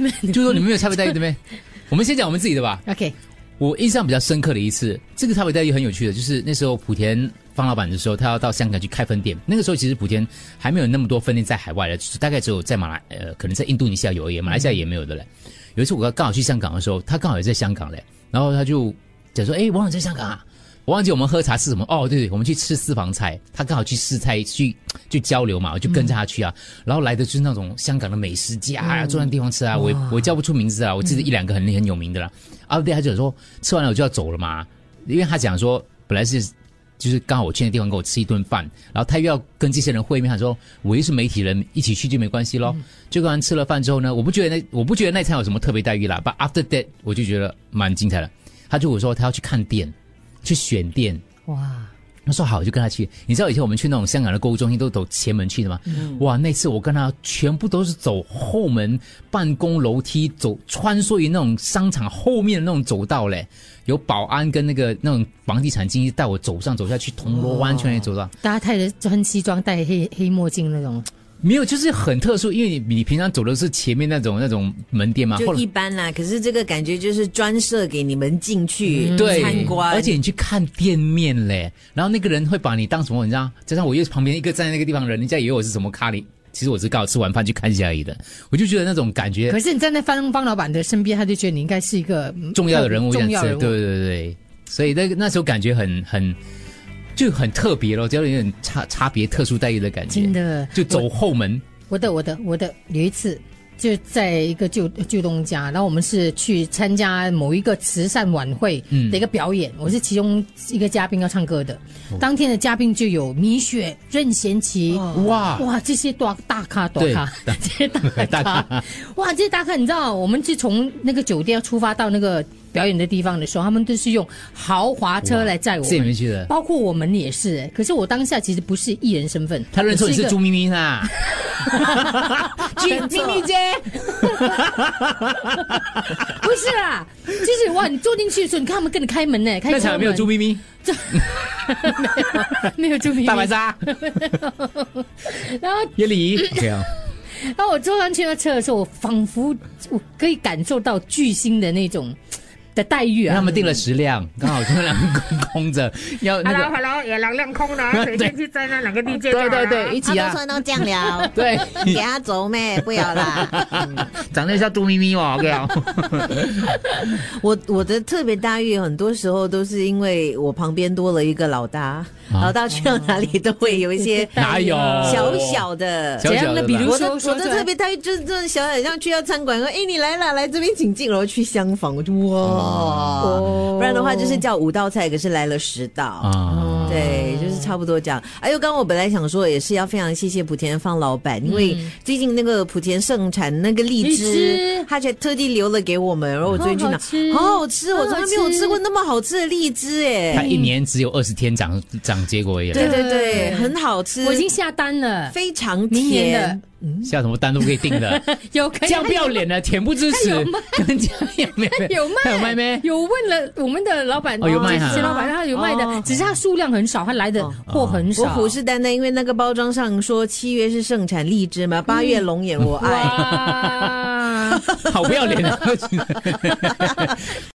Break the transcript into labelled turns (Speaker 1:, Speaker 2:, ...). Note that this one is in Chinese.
Speaker 1: 就是说你们没有差别待遇对不对？我们先讲我们自己的吧。
Speaker 2: OK，
Speaker 1: 我印象比较深刻的一次，这个差别待遇很有趣的，就是那时候莆田方老板的时候，他要到香港去开分店。那个时候其实莆田还没有那么多分店在海外的，就是大概只有在马来呃，可能在印度尼西亚有而已，马来西亚也没有的嘞。有一次我刚好去香港的时候，他刚好也在香港嘞，然后他就讲说：“哎，王总在香港啊。”我忘记我们喝茶吃什么哦，对对，我们去吃私房菜，他刚好去试菜去去交流嘛，我就跟着他去啊，然后来的就是那种香港的美食家啊，坐那地方吃啊，我也我也叫不出名字啊，我记得一两个很很有名的啦，啊，对，他就说吃完了我就要走了嘛，因为他讲说本来是。就是刚好我去那地方给我吃一顿饭，然后他又要跟这些人会面，他说我又是媒体人，一起去就没关系咯。就跟人吃了饭之后呢，我不觉得那我不觉得那餐有什么特别待遇啦，but after that 我就觉得蛮精彩的。他就我说他要去看店，去选店，
Speaker 2: 哇，
Speaker 1: 他说好，我就跟他去。你知道以前我们去那种香港的购物中心都走前门去的吗？哇，那次我跟他全部都是走后门，办公楼梯走，穿梭于那种商场后面的那种走道嘞。有保安跟那个那种房地产经纪带我走上走下去，铜锣湾圈也走到。
Speaker 2: 大家太太穿西装戴黑黑墨镜那种，
Speaker 1: 没有，就是很特殊，因为你你平常走的是前面那种那种门店嘛，后
Speaker 3: 就
Speaker 1: 来
Speaker 3: 一般啦。可是这个感觉就是专设给你们进去
Speaker 1: 嗯
Speaker 3: 嗯
Speaker 1: 对
Speaker 3: 参观，
Speaker 1: 而且你去看店面嘞，然后那个人会把你当什么？你知道？加上我又是旁边一个站在那个地方的人，人家以为我是什么咖喱，其实我是刚好吃完饭去看一下而已的。我就觉得那种感觉
Speaker 2: 可是你站在方方老板的身边，他就觉得你应该是一个嗯
Speaker 1: 重要的人物，
Speaker 2: 重要
Speaker 1: 这
Speaker 2: 人
Speaker 1: 样
Speaker 2: 物。
Speaker 1: 子对对对，所以那个那时候感觉很很就很特别咯，就有点差差别特殊待遇的感觉，
Speaker 2: 真的，
Speaker 1: 就走后门，
Speaker 2: 我的我的我的有一次就在一个旧旧东家，然后我们是去参加某一个慈善晚会
Speaker 1: 嗯
Speaker 2: 的一个表演，我是其中一个嘉宾要唱歌的。
Speaker 1: 哦
Speaker 2: 当天的嘉宾就有米雪、任贤齐，
Speaker 1: 哇
Speaker 2: 哇，这些大大咖大
Speaker 1: 对
Speaker 2: 咖，这些大
Speaker 1: 大咖
Speaker 2: 咖，哇，这些大咖，你知道，我们是从那个酒店出发到那个表演的地方的时候，他们都是用豪华车来载我
Speaker 1: 这也没
Speaker 2: 们。
Speaker 1: 去的。
Speaker 2: 包括我们也是、欸可是我当下其实不是艺人身份，
Speaker 1: 他认错你
Speaker 2: 我
Speaker 1: 是
Speaker 2: 一个
Speaker 1: 朱咪咪啦，
Speaker 2: 咪咪姐，不是啦，就是哇，你坐进去的时候，你看他们跟你开门呢，开车
Speaker 1: 那场有没有
Speaker 2: 门
Speaker 1: 朱咪 咪、
Speaker 2: 没有朱咪咪
Speaker 1: 大白 鲨、
Speaker 2: 然后，
Speaker 1: 叶丽仪 这样。
Speaker 2: 然后我坐上去那车的时候，我仿佛我可以感受到巨星的那种的待遇
Speaker 1: 因为
Speaker 2: 啊
Speaker 1: 他。们订了十辆，刚好这两个空空着，要那
Speaker 4: Hello
Speaker 1: 个
Speaker 4: Hello，有两辆空的 啊，随便去摘那两个地界就好
Speaker 1: 对
Speaker 4: 了
Speaker 1: 对对，一
Speaker 3: 他
Speaker 1: 起
Speaker 3: 都
Speaker 1: 啊，，
Speaker 3: 算到这样了
Speaker 1: 对，
Speaker 3: 给他走咩？不要啦。
Speaker 1: 长得像猪咪咪哦，我跟 你讲
Speaker 3: 我我的特别待遇，很多时候都是因为我旁边多了一个老大，
Speaker 1: 啊
Speaker 3: 老大去到哪里都会有一些
Speaker 1: 哪有
Speaker 3: 小小的。
Speaker 1: 小
Speaker 2: 怎
Speaker 1: 哦小
Speaker 2: 样
Speaker 1: 的
Speaker 2: 呢？比
Speaker 1: 吧
Speaker 2: 如
Speaker 3: 我
Speaker 2: 说
Speaker 3: 的，我的特别待遇就是真的小小像去到餐馆说，哎，你来了，来这边请进，然后去厢房，我就哇，不然的话就是叫五道菜，可是来了十道，
Speaker 1: 哦啊，
Speaker 3: 对，
Speaker 2: 哦
Speaker 3: 就是差不多这样。哎呦，刚刚我本来想说，也是要非常谢谢莆田方老板，因为最近那个莆田盛产那个荔
Speaker 2: 嗯荔
Speaker 3: 枝
Speaker 2: 枝，
Speaker 3: 他却特地留了给我们，然后我最近
Speaker 2: 好
Speaker 3: 去
Speaker 2: 好吃
Speaker 3: 拿，好好吃，我
Speaker 2: 好
Speaker 3: 从
Speaker 2: 好
Speaker 3: 来没有
Speaker 2: 吃
Speaker 3: 吃过那么好吃的荔枝，
Speaker 1: 它
Speaker 3: 哎，
Speaker 1: 一年只有二十天长长结果而已，啊
Speaker 3: 对对对，
Speaker 2: 对
Speaker 3: 很好吃，
Speaker 2: 我已经下单了，
Speaker 3: 非常
Speaker 2: 明年
Speaker 3: 甜
Speaker 2: 的。
Speaker 1: 像什么单都可以订的，
Speaker 2: 有可
Speaker 1: 这
Speaker 2: 以
Speaker 1: 样不要脸的，恬不知耻
Speaker 2: 它有卖，
Speaker 1: 跟这样有没有？
Speaker 2: 有卖，
Speaker 1: 它有卖咩？
Speaker 2: 有问了我们的老板，
Speaker 1: 哦有卖啊
Speaker 2: 就是老板他有卖
Speaker 3: 哦
Speaker 2: 的，只是他数量很少，他来的货很
Speaker 3: 我
Speaker 2: 少。
Speaker 3: 虎视眈眈，因为那个包装上说七月是盛产荔枝嘛，八
Speaker 2: 嗯
Speaker 3: 月龙眼我爱。
Speaker 2: 哇。
Speaker 1: 好不要脸啊！